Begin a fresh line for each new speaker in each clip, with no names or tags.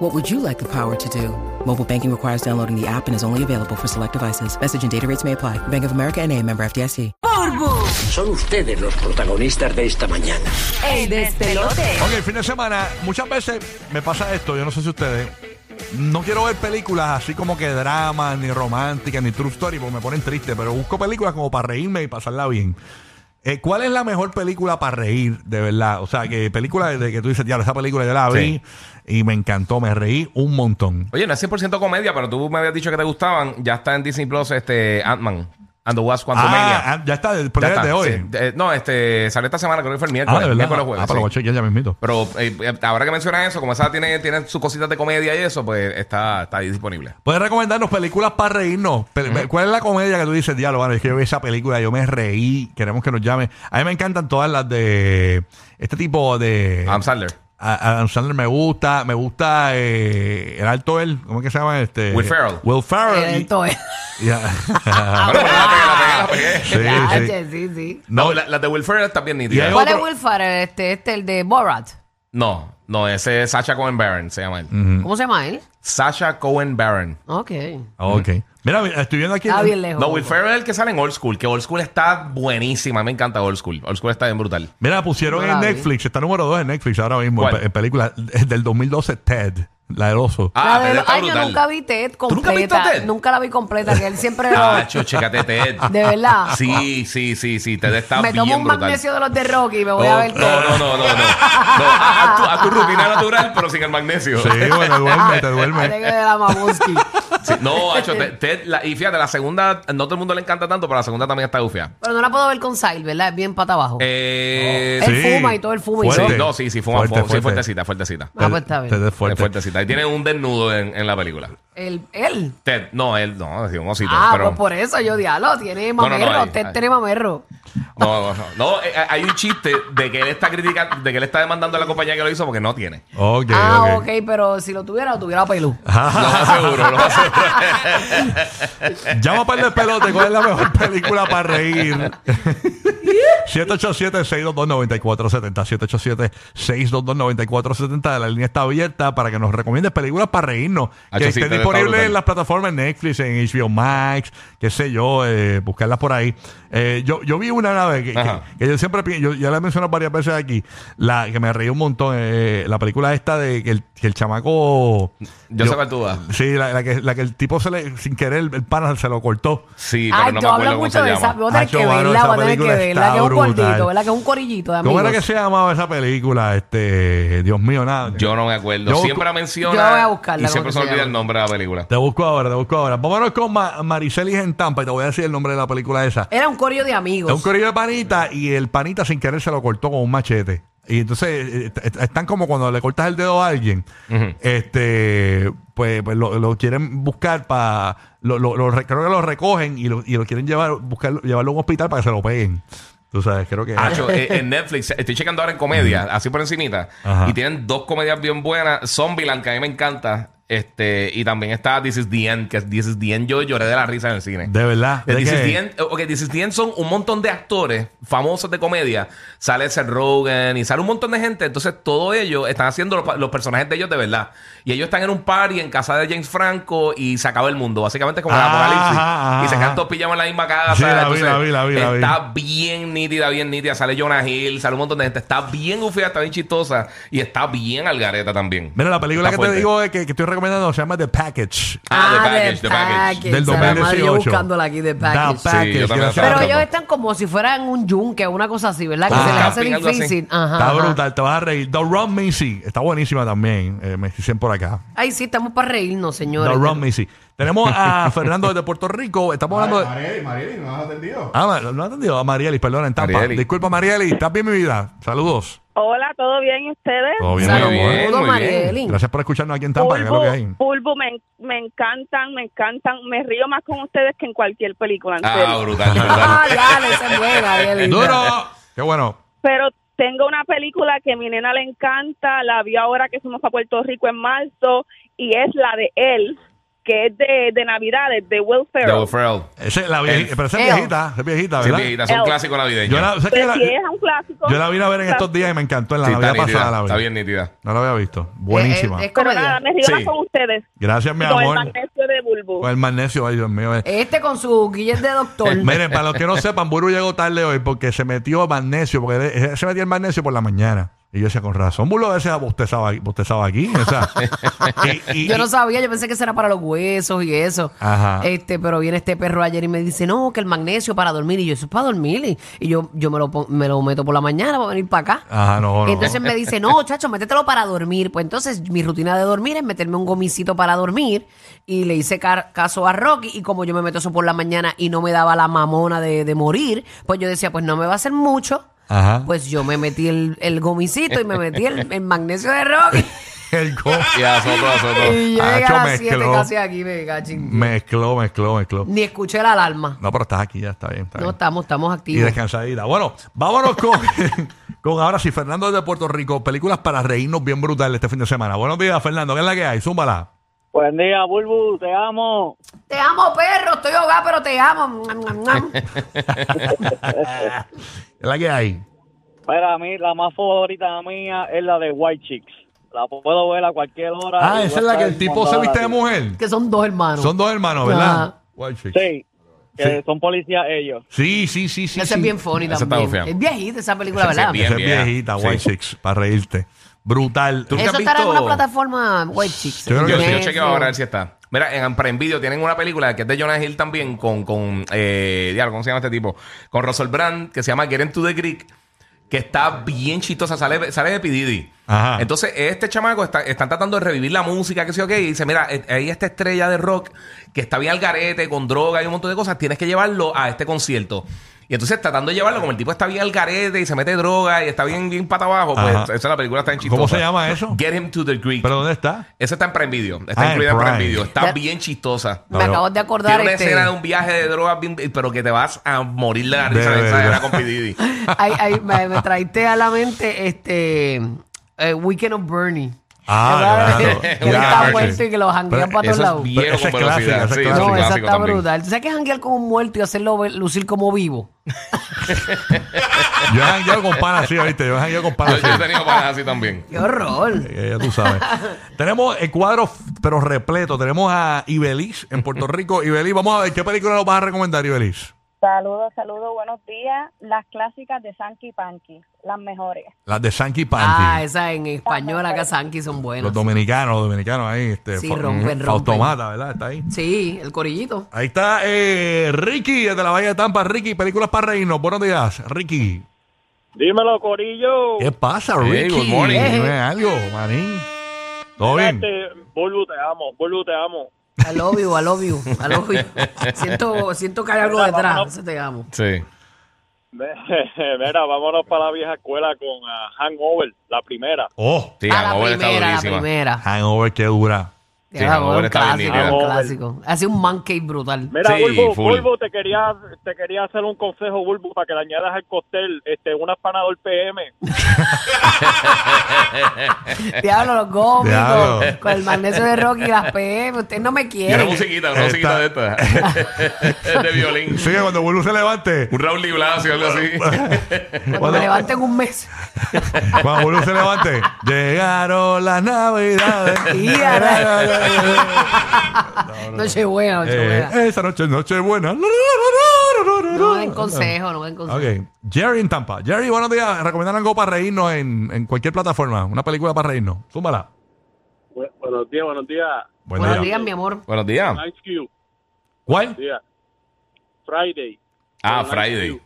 What would you like the power to do? Mobile banking requires downloading the app and is only available for select devices. Message and data rates may apply. Bank of America and a member FDIC.
Son ustedes los protagonistas de esta mañana.
El despelote.
Ok, el fin de semana, muchas veces me pasa esto, yo no sé si ustedes. No quiero ver películas así como que dramas, ni románticas, ni true story, porque me ponen triste, pero busco películas como para reírme y pasarla bien. Eh, ¿Cuál es la mejor película para reír, de verdad? O sea, que película de que tú dices, ya, esa película yo la vi y me encantó, me reí un montón.
Oye, no es 100% comedia, pero tú me habías dicho que te gustaban. Ya está en Disney Plus este Ant-Man and the Wasp Quantumania.
Ah, ah, ya está, el
Ya
de
está,
hoy.
sí. Eh, no, este, salió esta semana, creo que fue
Ah,
el miércoles.
de verdad.
miércoles o jueves,
ah, pero
sí.
guacho, ya, ya mismito.
Pero eh, eh, ahora que mencionas eso, como esa tiene, tiene sus cositas de comedia y eso, pues está, está ahí disponible.
¿Puedes recomendarnos películas para reírnos? Pe- ¿Cuál es la comedia que tú dices, diálogo? Es que yo vi esa película, yo me reí, queremos que nos llame. A mí me encantan todas las de este tipo de...
Adam Sandler.
A- Adam Sandler me gusta, me gusta eh, el alto él, ¿cómo es que se llama este?
Will Ferrell.
Will Ferrell.
El toy.
Y- ya.
Ah, Bueno, pero la pegué, la pegué, la pegué.
Sí,
Ah,
sí.
che, sí, sí.
No,
No,
la, la de Will Ferrell está bien
Y hay
nítida.
otro-
¿Cuál es Will Ferrell? Este, este, el de Borat.
No, no, ese es Sacha Cohen Barron, se llama él.
Mm.
¿Cómo se llama él?
Sacha Cohen Barron.
Ok.
ok. Mira, mira, estoy viendo aquí.
Está bien lejos.
No, Will Ferrell es el que sale en Old School, que Old School está buenísima. Me encanta Old School. Old School está bien brutal.
Mira, pusieron
No
en
la vi.
Netflix, está número 2 en Netflix ahora mismo, en,
¿Cuál?
pe- en película es del 2012, Ted, la del oso.
Ah,
la
pero
de,
está
ay, yo
brutal.
nunca vi Ted
nunca viste
completa.
Ted?
Nunca la vi completa, que él siempre lo...
Tacho, chécate Ted.
De verdad.
Sí, sí, sí, sí. Ted está
me
bien
tomo un
brutal. Oh,
magnesio de los de Rocky y me
No,
voy a ver todo.
no, no, no, no, no. A, tu, haz tu rutina natural, pero sin el magnesio.
Sí, bueno, duerme, te duerme.
Parece que de la Mamouski.
Sí, no, Acho, Ted, Ted, la- y fíjate, la segunda, no todo el mundo le encanta tanto, pero la segunda también está gufia.
Pero no la puedo ver con Sail, ¿verdad? Es bien pata abajo.
Eh,
Oh.
sí,
Él fuma y todo, él fuma y
sí,
fuerte.
no, sí, sí, fuma,
Fuerte,
fu- sí,
fuerte.
fuertecita, fuertecita.
Ah, pues está
Ted-
bien.
Ted es fuerte.
Fuertecita. Y tiene un desnudo en, en la película.
El, él.
Ted, no, él, no, es un osito.
Ah,
pero,
pues por eso yo diablo. Tiene
No, no, no,
mamerro.
ahí,
Ted
ahí.
tiene mamerro.
No, no, no. No, eh, hay un chiste de que él está criticando, de que él está demandando a la compañía que lo hizo porque no tiene.
Ok,
ah,
ok.
ok, pero si lo tuviera, lo tuviera pelú.
Lo más seguro, lo más seguro.
Llama para el despelote, ¿cuál es la mejor película para reír? 787-622-9470. 787-622-9470. La línea está abierta para que nos recomiendes películas para reírnos.
Ah,
que
sí, sí,
estén
está
disponibles
brutal.
en las plataformas en Netflix, en HBO Max, qué sé yo, eh, buscarlas por ahí. Eh, yo, yo vi una nave que, que,
Ajá.
que yo siempre pi- yo ya la he mencionado varias veces aquí, la que me reí un montón, eh, la película esta de que el, que el chamaco...
Yo sé cuál tú vas.
Sí, la, la que, la que el tipo se le, sin querer, el pana se lo cortó.
Sí,
Ay, yo
pero no me acuerdo
hablo
cómo
mucho
se
de esa.
llama.
Voy a tener
Hacho,
que
mano,
verla,
esa
voy a tener que
película
verla.
está
Que es un
brutal.
gordito, ¿verdad? Que es un corillito de amigos.
¿Cómo era que se llamaba esa película? Este, Dios mío, nada.
Yo no me acuerdo.
Yo busco-
siempre la menciona.
Yo voy a buscarla,
Y
¿cómo
siempre se
que se
me olvida
llama?
el nombre de la película.
Te busco ahora, te busco ahora. Vámonos con Ma- Mariceli en Tampa y te voy a decir el nombre de la película esa.
Era un corillo de amigos.
Es un corillo de panita y el panita sin querer se lo cortó con un machete. Y entonces eh, est- están como cuando le cortas el dedo a alguien, este, pues, pues lo, lo quieren buscar para, lo, lo- lo re- creo que lo recogen y lo, y lo quieren llevar, buscar, llevarlo a un hospital para que se lo peguen. Tú sabes, creo que...
Acho, eh, en Netflix, estoy checando ahora en comedia, así por encimita.
Ajá.
Y tienen dos comedias bien buenas. Zombieland, que a mí me encanta. Este, y también está This is the End, que es This is the End. Yo lloré de la risa en el cine.
De verdad.
De
¿De
This is
qué?
the End, eh, ok, This is the End son un montón de actores famosos de comedia. Sale Seth Rogen y sale un montón de gente. Entonces, todos ellos están haciendo los, pa- los personajes de ellos de verdad. Y ellos están en un party en casa de James Franco y se acaba el mundo. Básicamente es como el
Ajá,
apocalipsis.
Ah, ajá,
y se
ajá.
quedan todos pillados en la misma casa.
Sí, la vi,
Entonces,
la vi, la vi, la vi.
Está bien nítida, bien nítida. Sale Jonah Hill, sale un montón de gente. Está bien gufiada, está bien chistosa. Y está bien algareta también.
Mira, la película
Está
que te
fuerte.
digo es que, que estoy recomendando se llama The Package.
Ah, The
de
Package, The Package.
Del
O sea, la madre, yo
2018.
buscándola aquí de
The
Package.
Sí,
Package.
yo también la
gracias
Pero
a-
ellos están como si fueran un yunque, una cosa así, ¿verdad? Que
Ah.
se les hace
Camping, algo así.
difícil. Ajá,
Está
ajá.
brutal, te vas a reír. The Ron Missy está buenísima también. eh, me dicen por acá.
Ay, sí, estamos para reírnos,
The
señores.
Ron Missy. Tenemos a Fernando desde Puerto Rico. Estamos hablando de.
Marieli, Marieli, no has atendido.
Ah, ma- no ha entendido. A Marieli, perdón, en Tampa.
Marieli.
Disculpa, Marieli. ¿Estás bien, mi vida? Saludos.
Hola, ¿todo bien y ustedes?
Todo bien, mi amor.
bien,
Saludos,
muy bien.
Marielin.
Gracias por escucharnos aquí en Tampa, que es lo que hay.
Pulbo, me, en- me encantan, me encantan. Me río más con ustedes que en cualquier película, en
Ah,
serio.
brutal, brutal.
Ah, dale, esa es buena, Marielin.
¡Duro! Qué bueno.
Pero tengo una película que a mi nena le encanta, la vi ahora que fuimos a Puerto Rico en marzo, y es la de él, que es de, de Navidades, de Will Ferrell.
Double Ferrell.
Ese, la vie-
El-
pero esa es
Eo.
viejita, esa es viejita,
Sí,
¿verdad?
viejita, es un
El-
clásico
Yo
navideño.
la, sé que
Pero
la-
Pues si es un clásico.
yo la vine a ver en estos días y me encantó. En la
Sí,
Navidad
nítida,
pasada la vi.
está bien nítida.
No la había visto. Buenísima.
Es, es
Pero nada,
comedia.
me río
Sí.
más con ustedes.
Gracias, mi
con el
amor. Pues-
magnesio de Bulbo.
Con el magnesio, ay, Dios mío. eh.
Este con su guillet de doctor.
Miren, para los que no sepan, Buru llegó tarde hoy porque se metió magnesio, porque él- él se metía el magnesio por la mañana. Y yo decía, con razón, Buru a veces bostezaba, bostezaba aquí. O sea, y- y-
Yo no sabía, yo pensé que eso era para los huesos y eso.
Ajá.
Este, pero viene este perro ayer y me dice, no, que el magnesio para dormir. Y yo, eso es para dormir. Y, y yo, yo me, lo, pon- me lo meto por la mañana para venir para acá.
Ajá, Ah, no, no.
Entonces me dice, no, chacho, métetelo para dormir. Pues entonces mi rutina de dormir es meterme un gomicito para dormir. Y le hice car- caso a Rocky. Y como yo me meto eso por la mañana y no me daba la mamona de, de morir, pues yo decía, pues no me va a hacer mucho.
Ajá.
Pues yo me metí el, el gomicito y me metí el, el magnesio de Rocky.
El go-
Ya, soto, soto.
Y llega
Hacho,
a las 7
mezcló.
casi aquí, me cachín.
mezcló, mezcló, mezcló.
Ni escuché la alarma.
No, pero estás aquí, ya está bien. Está
No
bien.
estamos, estamos
y
activos.
descansadita. Bueno, vámonos con, con ahora sí, Fernando de Puerto Rico, películas para reírnos bien brutales este fin de semana. Buenos días, Fernando, ¿qué es la que hay? Zúmbala.
Buen día, Bulbu, te amo.
Te amo, perro, estoy ahogada, pero te amo.
¿Qué es la que hay?
Para mí, la más favorita mía es la de White Chicks. La puedo ver a cualquier hora.
Ah,
y
esa
voy
es
a
la que el
estar
tipo se
mandado
viste
a
de
la
mujer.
que son dos hermanos.
Son dos hermanos, ¿verdad?
Ajá.
Guay, chico.
Sí, que
Sí.
son policías ellos.
Sí, sí, sí, sí.
Esa
sí.
es bien funny
Esa está
también.
bufia.
Es viejita esa película,
Esa es
¿verdad?
bien-
Esa es viejita,
Sí.
White Six, para reírte. Brutal.
Tú-
Eso
¿Nunca has
estará en
visto-
una plataforma White Chicks.
Yo creo que
Yo,
sí.
yo
Netflix.
chequeo ahora a ver si está. Mira, en Prime Video tienen una película que es de Jonah Hill también con, con eh, diablo, ¿cómo se llama este tipo? Con Russell Brand, que se llama Get Into the Greek, que está bien chistosa, sale, sale de P. Diddy.
Ajá.
Entonces, este chamaco está, están tratando de revivir la música, que sé yo qué, y dice, mira, eh, hay esta estrella de rock que está bien al garete, con droga y un montón de cosas, tienes que llevarlo a este concierto. Y entonces tratando de llevarlo, como el tipo está bien al garete y se mete droga y está bien, bien pata abajo, pues
Ajá.
esa es la película está en chistosa.
¿Cómo se llama eso?
Get him to the Greek.
¿Pero dónde está?
Esa está en Prime Video.
Ah,
Está
en
incluida en Prime
Prime.
Video. Está
Ya-
bien chistosa.
Me
No, no.
acabo de acordar.
Tiene una
este,
escena de un viaje de drogas, bien- pero que te vas a morir de la
De
risa de esa
verdad.
era con P. Diddy.
ay, ay, me, me traiste a la mente este eh, Weekend of Bernie.
Ah,
¿Verdad?
claro.
Que está
Ya,
muerto
sí.
y que lo janguean
Pero
para todos
Eso
lados.
es viejo
Esa es
con
clásica,
velocidad.
esa es
Sí,
clásica.
es un
No, esa
clásico
está
también.
brutal. ¿Tú sabes que janguear con un muerto y hacerlo ver- lucir como vivo?
Yo he jangueado con panas así, ¿viste? Yo he jangueado con
Yo,
panas
yo he
así.
tenido panas así también.
¡Qué horror!
Eh, ya tú sabes. Tenemos el cuadro, f- pero repleto. Tenemos a Ibeliz en Puerto Rico. Ibeliz, vamos a ver qué película nos vas a recomendar, Ibeliz.
Saludos, saludos, buenos días. Las clásicas de Sanky Panky, las mejores.
Las de Sanky Panty.
Ah, esas en español acá Sanki son buenas.
los dominicanos, los dominicanos ahí. Este,
Sí,
Fa-
rompen,
Fausto
rompen.
Mata, ¿verdad? Está ahí.
Sí, el corillito.
Ahí está eh, Ricky desde la Bahía de Tampa. Ricky, películas para reírnos. Buenos días, Ricky.
Dímelo, Corillo.
¿Qué pasa,
Hey,
Ricky?
good morning.
Dime algo, manín. ¿Todo bien?
Espérate, Bulbu, este, te amo. Bulbu, te amo.
I love you, I love you, I love you. Siento, siento que hay algo detrás. Eso te amo.
Sí.
Mira, vámonos para la vieja escuela con ah, Hangover, la primera.
Oh,
Sí,
a Ah, la
Hangover está
primera, la
durísima.
primera.
hangover, qué dura.
Sí,
Ya,
Hangover
un
está bien
clásico,
nítida.
un clásico. Hace un man cave brutal.
Mira,
Sí,
Bulbo,
full.
Bulbo, te quería, te quería hacer un consejo, Bulbo, para que le añadas al costel este, un aspanador PM.
Diablo, los gómicos,
Diablo.
con el magnesio de Rocky y las PM. Usted no me
Y una
quiere.
musiquita, una musiquita de esta. de violín.
Sí, que cuando Bulu se levante,
Un Raúl Liblacio o algo así.
Cuando
Bueno.
me levanten un mes.
cuando Bulu se levante, llegaron las navidades.
Y Noche buena, noche buena.
Eh, esa noche, es noche buena.
No den consejo, no den consejo.
Ok, Jerry en Tampa. Jerry, buenos días. Recomiendan algo para reírnos en, en cualquier plataforma. Una película para reírnos. Súmala.
Bu- buenos días, buenos días.
Buen
Buenos
día.
días, mi amor.
Buenos días.
Ice Cube,
¿Cuál?
día. Friday.
Ah,
Con Ice
Friday.
Cube.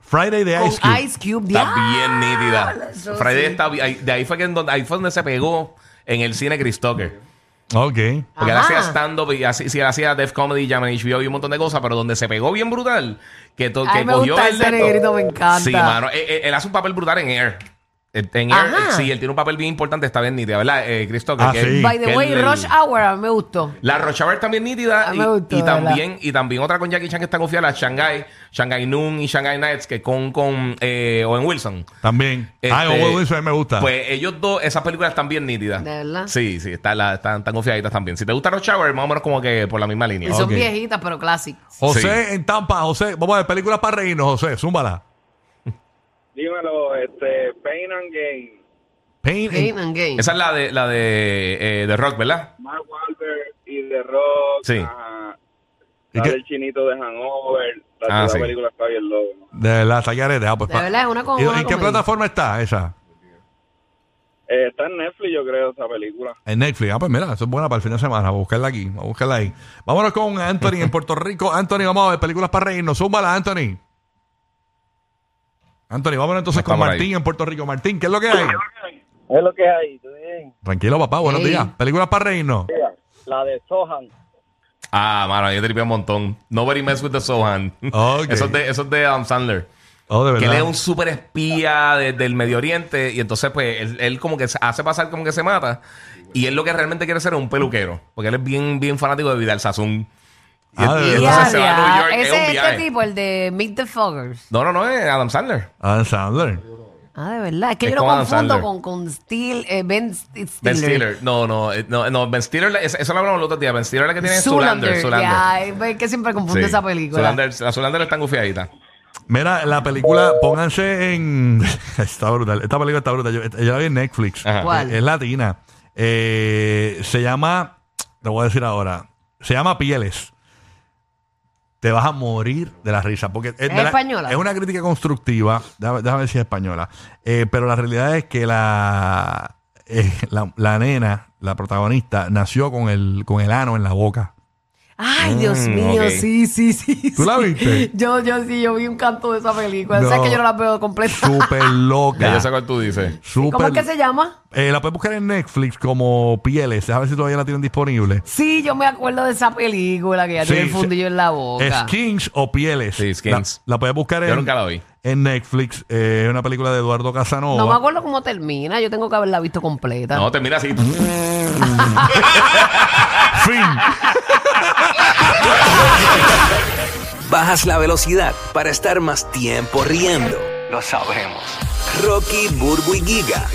Friday de
Con
Ice Cube.
Ice Cube,
Está
diablo.
bien nítida.
eso
Friday
sí.
está bien. ahí- De ahí fue, que en donde, ahí fue donde se pegó en el cine Chris Tucker.
Ok.
Porque él
Ajá.
hacía stand-up y así, sí, él hacía Def Comedy, Jam en HBO y un montón de cosas, pero donde se pegó bien brutal, que, to-
Ay,
que
me
cogió
gusta
el
ese
de esto.
negrito, me encanta.
Sí, mano. Él, él- él hace un papel brutal en Air. En en Air,
Ajá.
sí, él tiene un papel bien importante, está bien nítida, ¿verdad, eh, Christopher?
Ah,
Que-
sí.
By the
que
way,
él-
Rush Hour a mí me gustó.
La Rochaber también nítida
Ah,
y,
me gustó,
y
de
también y también otra con Jackie Chan que está confiada, la Shanghai, Shanghai Noon y Shanghai Nights que con con eh, Owen Wilson.
También. ah,
Este,
Owen Wilson, a mí me gusta.
Pues ellos dos, esas películas están bien nítidas.
¿De verdad?
Sí, sí, está la- están, están confiaditas también. Si te gusta Rush Hour, más o menos como que por la misma
Y
línea.
son
Ok.
viejitas, pero clásicas.
José en Tampa, José. Vamos a ver películas para reírnos, José. Zúmbala.
Dímelo, este, Pain and Gain,
Pain.
Game
and-
and Game.
Esa es la de la de, eh, de Rock, ¿verdad?
Mark Wahlberg y The Rock.
Sí.
ajá.
¿Y
La
qué?
del chinito de Hangover. La,
Ah,
la
sí.
película está bien loca.
De la tallarete. Ah, pues,
De
pa-
verdad, es una con
¿Y,
una
y qué
comedia.
plataforma está esa?
Eh, está en Netflix, yo creo, esa película.
En Netflix. Ah, pues mira, eso es buena para el fin de semana. Voy a buscarla aquí. Voy a buscarla ahí. Vámonos con Anthony en Puerto Rico. Anthony, vamos a ver películas para reírnos. Zúmbala, Anthony. Anthony, vámonos entonces con
Estamos
Martín
ahí.
en Puerto Rico. Martín, ¿qué es lo que hay?
Es lo que hay, ¿tú bien?
Tranquilo, papá. Buenos
Ey.
días. Películas para reírnos.
La de Sohan.
Ah, mano, yo tripé un montón. Nobody mess with the Sohan.
Ok.
eso es de, eso es de Adam Sandler.
Oh, de
Que él
verdad.
es un super espía desde el Medio Oriente y entonces pues él, él como que se hace pasar como que se mata y él lo que realmente quiere ser es un peluquero porque él es bien bien fanático de Vidal Sazón. Y
Ah, de
y
verdad.
entonces se va a New
Ya, ya.
York, es un
Ese es
viaje.
este tipo, el de Meet the Foggers.
No, no, no, es Adam Sandler.
Adam Sandler.
Ah, de verdad. Es que
Es
yo lo
con Adam
confundo
Sandler.
con, con Steel, eh, Ben Stiller.
Ben Stiller. No, no, eh, no, no, Ben Stiller, la- eso eso lo hablamos el otro día. Ben Stiller es la que tiene Zulander.
Zoolander. Ya,
Zulander.
es que siempre confundo esa película.
Zoolander, la Zulander está engufiadita.
Mira, la película, pónganse en. está brutal. Esta película está brutal. Yo, yo la vi en Netflix.
Ajá.
¿Cuál?
Es latina. Eh, se llama. Te voy a decir ahora. Se llama Pieles. Te vas a morir de la risa. Porque es, de la-
española?
es una crítica constructiva. Déjame, déjame ver si es española. Eh, pero la realidad es que la, eh, la, la nena, la protagonista, nació con el, con el ano en la boca.
Ay, Dios
Mm,
mío,
ok.
sí, sí, sí.
¿Tú la
sí.
viste?
Yo, yo sí, yo vi un canto de esa película. O sea,
No.
que yo no la veo completa.
Súper
Ya
loca.
yo sé cuál tú dices.
¿Cómo es que
Súper
se llama?
Eh, la puedes buscar en Netflix como Pieles. A ver si todavía la tienen disponible.
Sí, yo me acuerdo de esa película que ya
Sí,
tiene el
sí.
fundillo en la boca.
Skins o Pieles.
Sí, Skins.
La, la puedes buscar
Yo
en,
nunca la vi.
en Netflix. Eh, es una película de Eduardo Casanova.
No me acuerdo cómo termina, yo tengo que haberla visto completa.
No, te mira así.
Fin.
Bajas la velocidad para estar más tiempo riendo. Lo sabremos. Rocky, Burbu y Giga,